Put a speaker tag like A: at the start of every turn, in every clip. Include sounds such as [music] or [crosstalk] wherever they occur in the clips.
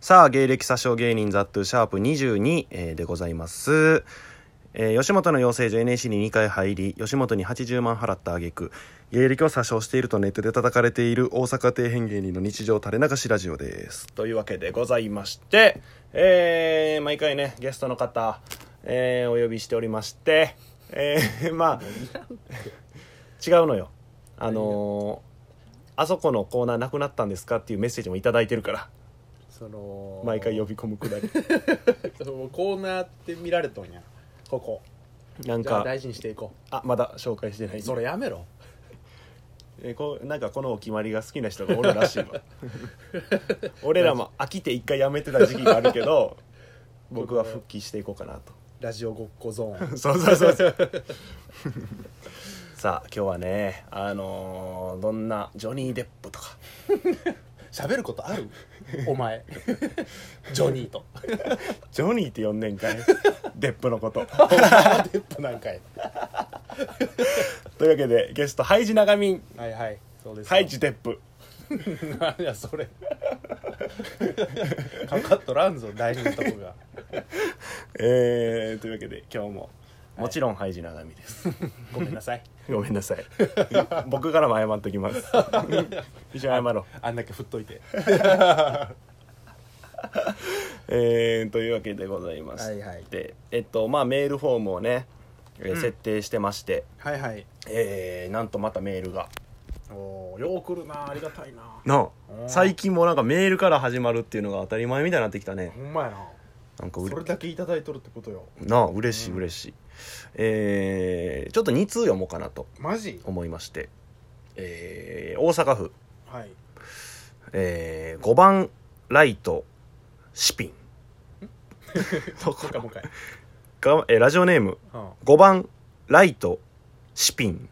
A: さあ、芸歴詐称芸人ザットゥシャープ22、えーでございます。えー吉本の養成所 NAC に2回入り、吉本に80万払った挙句、芸歴を詐称しているとネットで叩かれている大阪底辺芸人の日常垂れ流しラジオです。というわけでございまして、えー毎回ね、ゲストの方、えーお呼びしておりまして、えー [laughs] まあ、違うのよ。あのーあそこのコーナーなくなったんですかっていうメッセージもいただいてるから。
B: その
A: 毎回呼び込むくだり
B: [laughs] そのコーナーって見られとんやここ
A: [laughs] なん
B: じゃあ
A: か
B: 大事にしていこ
A: あまだ紹介してな
B: う
A: い
B: それやめろ
A: えこうなんかこのお決まりが好きな人がおるらしいわ [laughs] 俺らも飽きて一回やめてた時期があるけ [laughs] ど僕は復帰していこうかなと
B: ラジオごっこゾ [laughs] ーン
A: そうそうそうそうさあ今日はねあのーどんなジョニー・デップとか
B: 喋ることあ [laughs] るお前ジョニーと
A: ジョニーって呼んねん [laughs] かいデップのこと
B: デップなんかい
A: というわけでゲストハイジ長民
B: はいはいそうですよ
A: ハイジデップ
B: [laughs] いやそれかかっとらんぞ大事なとこ [laughs] が
A: えー、というわけで今日ももちろんハイジ長民です
B: ごめんなさい
A: [laughs] ごめんなさい僕からも謝っときます [laughs] 一緒に謝ろう
B: あんだけ振っといて
A: えー、というわけでございまして、
B: はいはい
A: でえっとまあメールフォームをね、えー設定してまして、
B: はいはい
A: えー、なんとまたメールが
B: おーよう来るなありがたいな
A: な
B: うん
A: 最近もなんかメールから始まるっていうのが当たり前みたいになってきたね
B: ほんまやな
A: なんか
B: そう
A: れ
B: れだけいただいとるってことよ
A: なあ嬉しい嬉しい、えー、ちょっと2通読もうかなと
B: マジ
A: 思いましてえー、大阪府、
B: はい
A: えー、5番ライトシ [laughs] ピンどこ
B: もう一回もう一回
A: が、えーラジオネーム
B: うん
A: 5番ライトシピン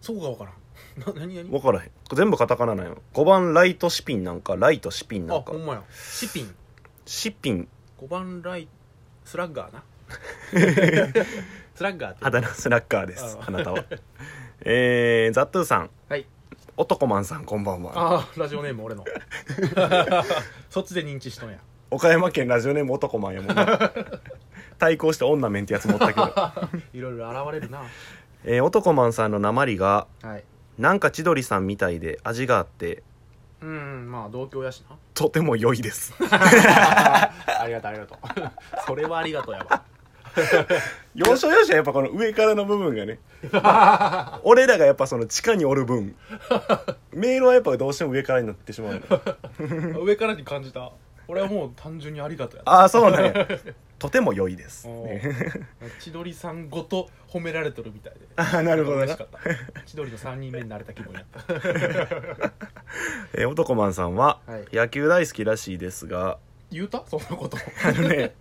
B: そうかわからんな [laughs] 何何
A: 分からへん全部カタカナなんよ5番ライトシピンなんかライトシピンなん
B: あ
A: か
B: ほんまやシピン
A: シピン
B: 5番ライスラッガー [laughs] なスラッガーって
A: 肌のスラッガーです
B: あ
A: あなたは [laughs] えー、ザットゥーさん
B: はい
A: 男マンさんこんばんは
B: ああラジオネーム俺の [laughs] そっちで認知しとんや
A: 岡山県ラジオネーム男マンやもん [laughs] な対抗して女メンってやつ持ったけど、 [laughs]
B: いろいろ現れるな
A: えー、男マンさんの鉛が
B: はい
A: なんか千鳥さんみたいで味があって
B: うんまあ同居やしな
A: とても良い [laughs] です
B: ありがとうありがとう [laughs] それはありがとうや [laughs] ば
A: 要所要所やっぱこの上からの部分がね俺らがやっぱその地下におる
B: [laughs]
A: 分メールはやっぱどうしても上からになってしまうの
B: 上からに感じた俺はもう単純にありがとうや
A: ああそうなんやとても良いです、
B: お
A: ね、
B: ー千鳥さんごと褒められてるみたいで
A: あーなるほど
B: 嬉
A: な
B: しかった千鳥の3人目になれた気分やった
A: えー男マンさんは、
B: はい
A: 野球大好きらしいです
B: [laughs]
A: が
B: [laughs] 言うたそんなこと
A: あのね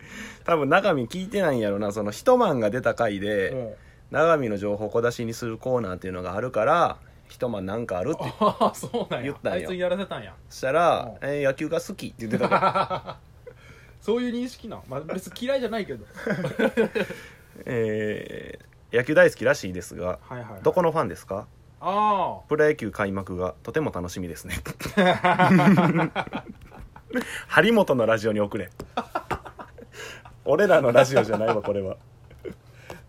A: 多分中身聞いてないんやろなその一晩が出た回で、
B: [laughs] も [laughs] う
A: 長見の情報小出しにするコーナーっていうのがあるから一晩なんかあるって
B: ああそうなんや
A: 言ったんよ
B: あいつにやらせたんや
A: したら「
B: う
A: えー野球が好き」って言って
B: [laughs]
A: たから
B: そういう認識なん、まあ、別に嫌いじゃないけど
A: えー野球大好きらしいですが
B: はいはい、
A: どこのファンですか
B: あ
A: プロ野球開幕がとても楽しみですね張本のラジオに送れ俺らのラジオじゃないわこれは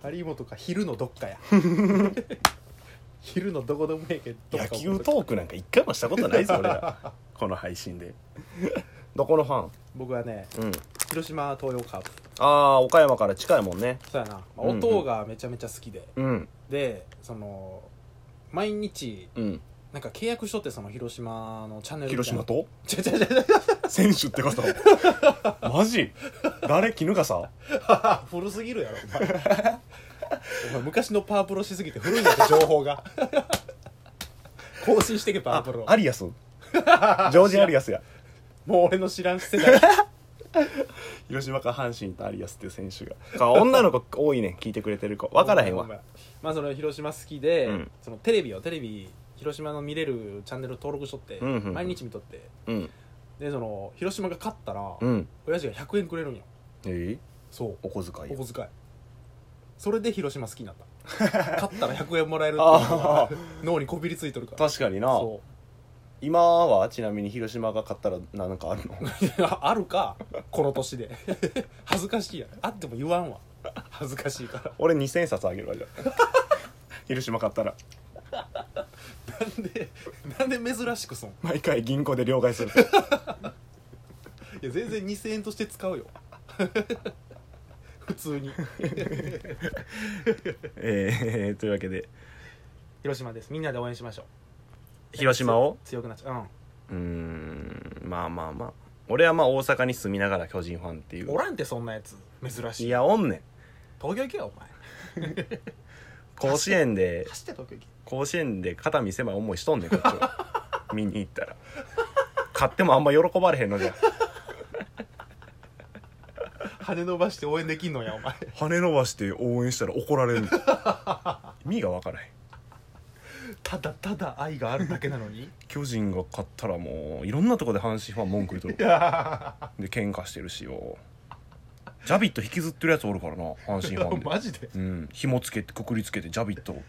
B: あ張本か昼のどっか [laughs] や昼のどこでもええけどどっ
A: 野
B: か
A: 球トークなんか一回もしたことないぞ俺らこの配信でどこのファン
B: 僕はね
A: うん
B: 広島東洋カープ
A: ああ岡山から近いもんね
B: そうやな、まあ、
A: うんうん
B: 音がめちゃめちゃ好きで、
A: うん
B: でその毎日
A: うん
B: なんか契約しとってその広島のチャンネルみ
A: 広
B: たいな
A: 島と
B: ちゃちゃちゃちゃ
A: 選手ってことマジ誰絹笠
B: [laughs] 古すぎるやろお前お前昔のパワープロしすぎて
A: [laughs]
B: 古いんだって情報が更新してけパワープロ
A: アリアスジョージ・アリアスや
B: もう俺の知らん世代
A: 広島か阪神とアリアスっていう選手が女の子多いねん聞いてくれてる子分からへん [laughs] わ
B: お前まあその広島好きで、
A: うん
B: そのテレビをテレビ広島の見れるチャンネル登録しとって、
A: うんうんうん
B: 毎日見とって
A: うん
B: でその広島が勝ったら、
A: うん
B: 親父が100円くれるんよ
A: え
B: そう
A: お小遣
B: お
A: い
B: 小遣いそれで広島好きになった
A: [laughs]
B: 勝ったら100円もらえるっていうのが
A: ああ
B: 脳にこびりついとるから
A: 確かにな
B: そ
A: 今はちなみに広島が勝ったら何かある [laughs] の
B: [laughs] あるかこの年で [laughs] 恥ずかしいやんあっても言わんわ恥ずかしいから
A: 俺2000冊あげるわじゃあ [laughs] 広島勝ったら
B: なんでなんで珍しくそんい
A: 毎回銀行で両替する
B: や全然2000円として使うよ [laughs] 普通に
A: [laughs] えー、というわけで
B: 広島ですみんなで応援しましょう
A: 広島を
B: 強くなっちゃう
A: うーんまあまあまあ俺はまあ大阪に住みながら巨人ファンってい
B: うんお
A: う
B: らんてそんなやつ珍しい
A: いやおんねん
B: 東京行けよお前
A: 甲子園で
B: 走って東京行け
A: 甲子園で肩身狭い思いしとんねんこっちは見に行ったら買ってもあんま喜ばれへんのじゃん
B: 羽伸ばして応援できんのやお前
A: 羽伸ばして応援したら怒られる意味がわからへん
B: [laughs] ただただ愛があるだけなのに
A: 巨人が勝ったらもういろんなとこで阪神ファン文句言うとる
B: いや
A: で喧嘩してるしよジャビット引きずってるやつおるからな阪
B: [laughs]
A: 神ファンで
B: マジで
A: うん紐つけてくくりつけてジャビットを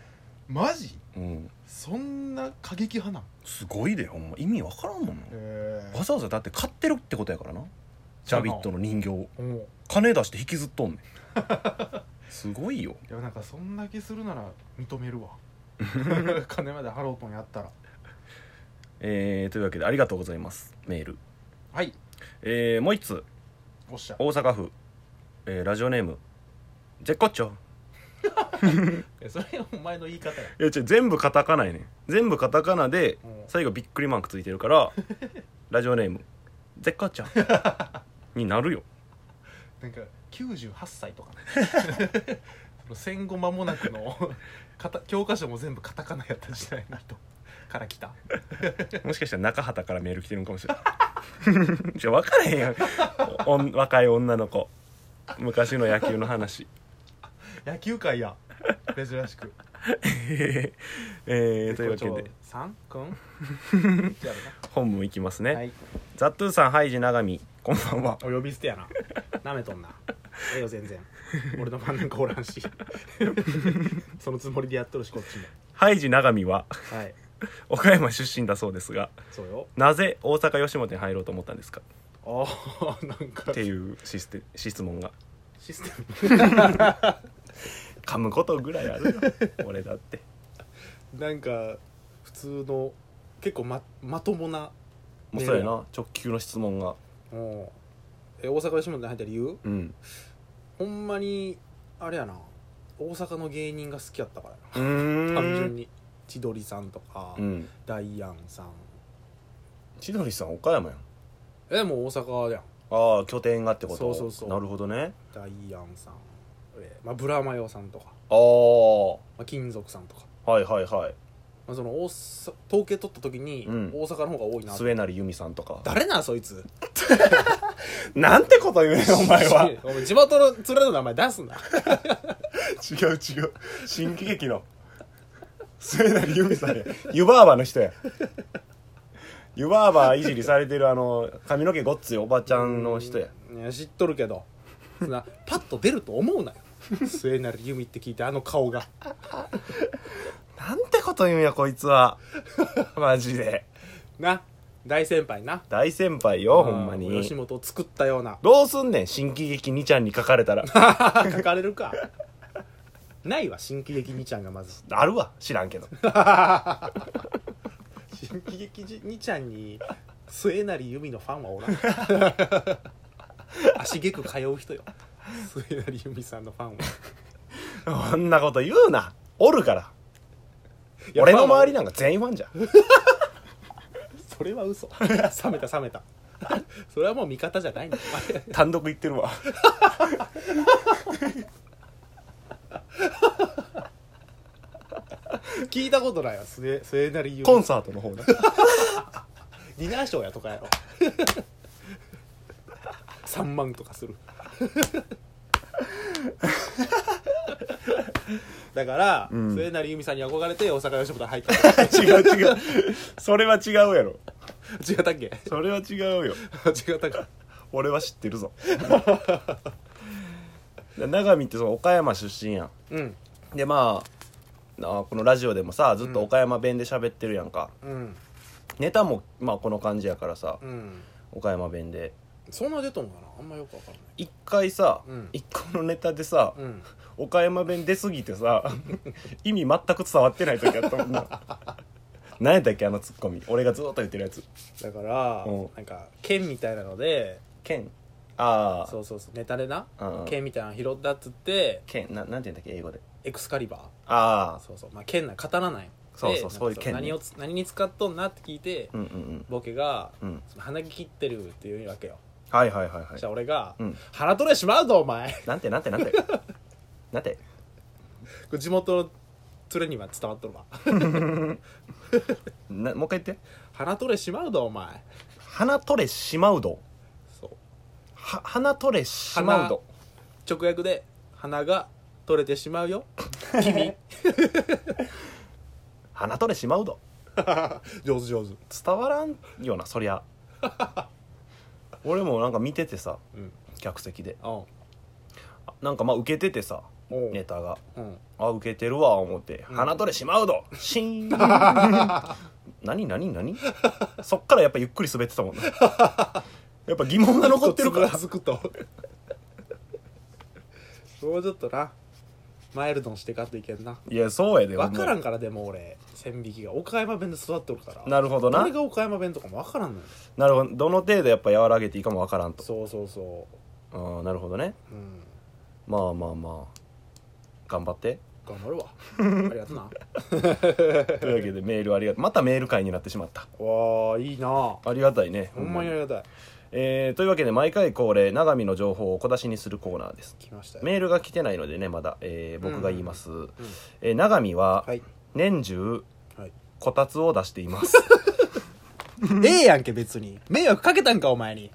B: マジ
A: うん
B: そんな過激派なん
A: すごいでほんま意味わからんもんな
B: へ
A: わざわざだって買ってるってことやからなジャビットの人形を
B: えも
A: 金出して引きずっとんねん [laughs] すごいよ
B: ういやなんかそんだけするなら認める [laughs] わ金までハロートンやったら
A: えー、というわけでありがとうございますメール
B: はい
A: えー、もう一つ
B: おっしゃ
A: 大阪府、えーラジオネーム絶好調
B: えそれお前の言い方や
A: いや違う全部カタカナやねん全部カタカナで
B: うん
A: 最後びっくりマークついてるからラジオネーム絶好調になるよ
B: なんか98歳とか、ね、 [laughs] その戦後間もなくのカタ教科書も全部カタカナやった時代なとから来た
A: もしかしたら中畑からメール来てるんかもしれない [laughs] じゃ分からへんやんおん若い女の子昔の野球の話 [laughs]
B: 野球界や珍しく
A: えー、というわけで
B: さんくん [laughs] やる
A: 本文いきます
B: な
A: ね、
B: はい
A: ザットゥーさんハイジ長見こんばんは
B: お呼び捨てやななめとんなええよ全然俺のファンなんかおらん [laughs] しそのつもりでやっとるしこっちも
A: ハイジ長見は [laughs]
B: はい
A: 岡山出身だそうですが
B: そうよ
A: なぜ大阪吉本に入ろうと思ったんですか
B: ああ [laughs] なんか
A: っていうシステ質問が
B: システム [laughs]
A: 噛むことぐらいある [laughs] よ俺だって
B: なんか普通の結構ままともな
A: もうそうやな直球の質問が
B: もうえ大阪吉本に入った理由
A: うん
B: ほんまにあれやな大阪の芸人が好きやったからや
A: う
B: な単純
A: ん
B: に千鳥さんとか、
A: うん
B: ダイアンさん
A: 千鳥さん岡山やん
B: えもう大阪やん
A: ああ拠点がってこと
B: そうそうそう
A: なるほどね
B: ダイアンさん、えまあ、ブラマヨさんとか、
A: ああ
B: まあ、金属さんとか、
A: はいはいはい
B: まあ、その大阪統計取った時に
A: うん
B: 大阪の方が多いな、
A: 末成由美さんとか
B: 誰なんそいつ
A: [laughs] なんてこと言うねんお前 [laughs] は
B: [laughs] お前地元の連れの名前出すな
A: 違う違う新喜劇の末成由美さんや湯婆婆の人や湯婆婆いじりされてるあの髪の毛ごっついおばちゃんの人や
B: いや知っとるけどそんな [laughs] パッと出ると思うなよ末成由美って聞いてあの顔が
A: なんてこと言うんやこいつはマジで
B: な大先輩な
A: 大先輩よほんま
B: う吉
A: に
B: 本を作ったような [laughs]
A: どうすんねん新喜劇にちゃんに書かれたら
B: 書かれるかないわ新喜劇兄ちゃんがまず
A: あるわ知らんけど
B: 新喜劇兄ちゃんに末成由美のファンはおらん [laughs] 足げく通う人よ末成由美さんのファンは
A: そんなこと言うなおるから俺の周りなんか全員ファンじゃん
B: りそれは嘘冷めた冷めたそれはもう味方じゃないんだよお前
A: 単独行ってるわ
B: 聞いたことないわ末末成由美
A: コンサートの方だ
B: ディナーショーやとかやろ [laughs] 3万とかする [laughs] だから、
A: ん
B: 末成由美さんに憧れて大阪吉本入った
A: [laughs] 違う違うそれは違うやろ
B: [laughs] 違ったっけ
A: それは違うよ
B: [laughs] 違ったか
A: 俺は知ってるぞ [laughs] 長見ってその岡山出身や
B: うん
A: んでまあなあこのラジオでもさずっと岡山弁で喋ってるやんか、
B: うん
A: ネタもまあこの感じやからさ
B: うん
A: 岡山弁で
B: そんな出とんかなあんまよくわからない
A: 一回さ
B: うん
A: 一個のネタでさ
B: うん
A: 岡山弁出すぎてさ [laughs] 意味全く伝わってない時あったもんな何やったっけあのツッコミ俺がずっと言ってるやつ
B: だから
A: うん
B: なんか剣みたいなので
A: 剣あ
B: そうそうそうネタでな
A: あ
B: 剣みたいなの拾ったっつって
A: 剣ななんて言うんだっけ英語で
B: エクスカリバー
A: ああ
B: そうそうまあ剣な刀なんよ
A: そうそう
B: でなんか
A: そういう剣ね
B: 何をつ何に使っとんなって聞いて
A: うんうん
B: ボケが
A: うんうん
B: その鼻毛切ってるっていうわけよ
A: はいはいはいはい
B: じゃあ俺が
A: うん
B: 「鼻取れしまうぞお前!
A: なんてなんてなん
B: [laughs]
A: てなんて」
B: これ地元の連れには伝わっとるわ
A: なもう一回言って
B: 「鼻取れしまうぞお前
A: 「花取れしまうど」」
B: そう
A: は「花取れしまうど
B: 直訳で「鼻が取れてし
A: [laughs]
B: まうよ」
A: 「花取れしまうど
B: 上手上手」
A: 伝わらんよなそり
B: [laughs]
A: ゃ俺もなんか見ててさ
B: うん
A: 客席で
B: おう
A: あなんかまあ受けててさ
B: おう
A: ネタが
B: うん
A: あ受けてるわ思って「
B: うん
A: 花取れしまうど」シ
B: [laughs]
A: ーン何何何そっからやっぱゆっくり滑ってたもん
B: [laughs]
A: なやっぱ疑問が残ってるから
B: ずっとつまずく
A: [laughs]
B: ともうちょっとなマイルドにしてかっていけんない
A: やそうやで
B: 分から
A: ん
B: んからでも俺線引きが岡山弁で育っておるから
A: なるほどな
B: 俺が岡山弁とかも分からんのよ
A: なるほどどの程度やっぱ和らげていいかもわからんと
B: そうそうそ
A: あーなるほどね
B: ううん
A: まあまあまあ頑張
B: [laughs]
A: って
B: 頑張るわありがとな
A: というわけでメールありがとうまたメール会になってしまった
B: わあいいなほ
A: ありがたいね
B: んまにありがたい
A: えーというわけで毎回恒例永見の情報を小出しにするコーナーです
B: 来ましたよ
A: メールが来てないのでねまだ、えー僕が言います、えー永見は
B: はい
A: 年中
B: [laughs] はい
A: こたつを出しています
B: ええやんけ別に迷惑かけたんかお前に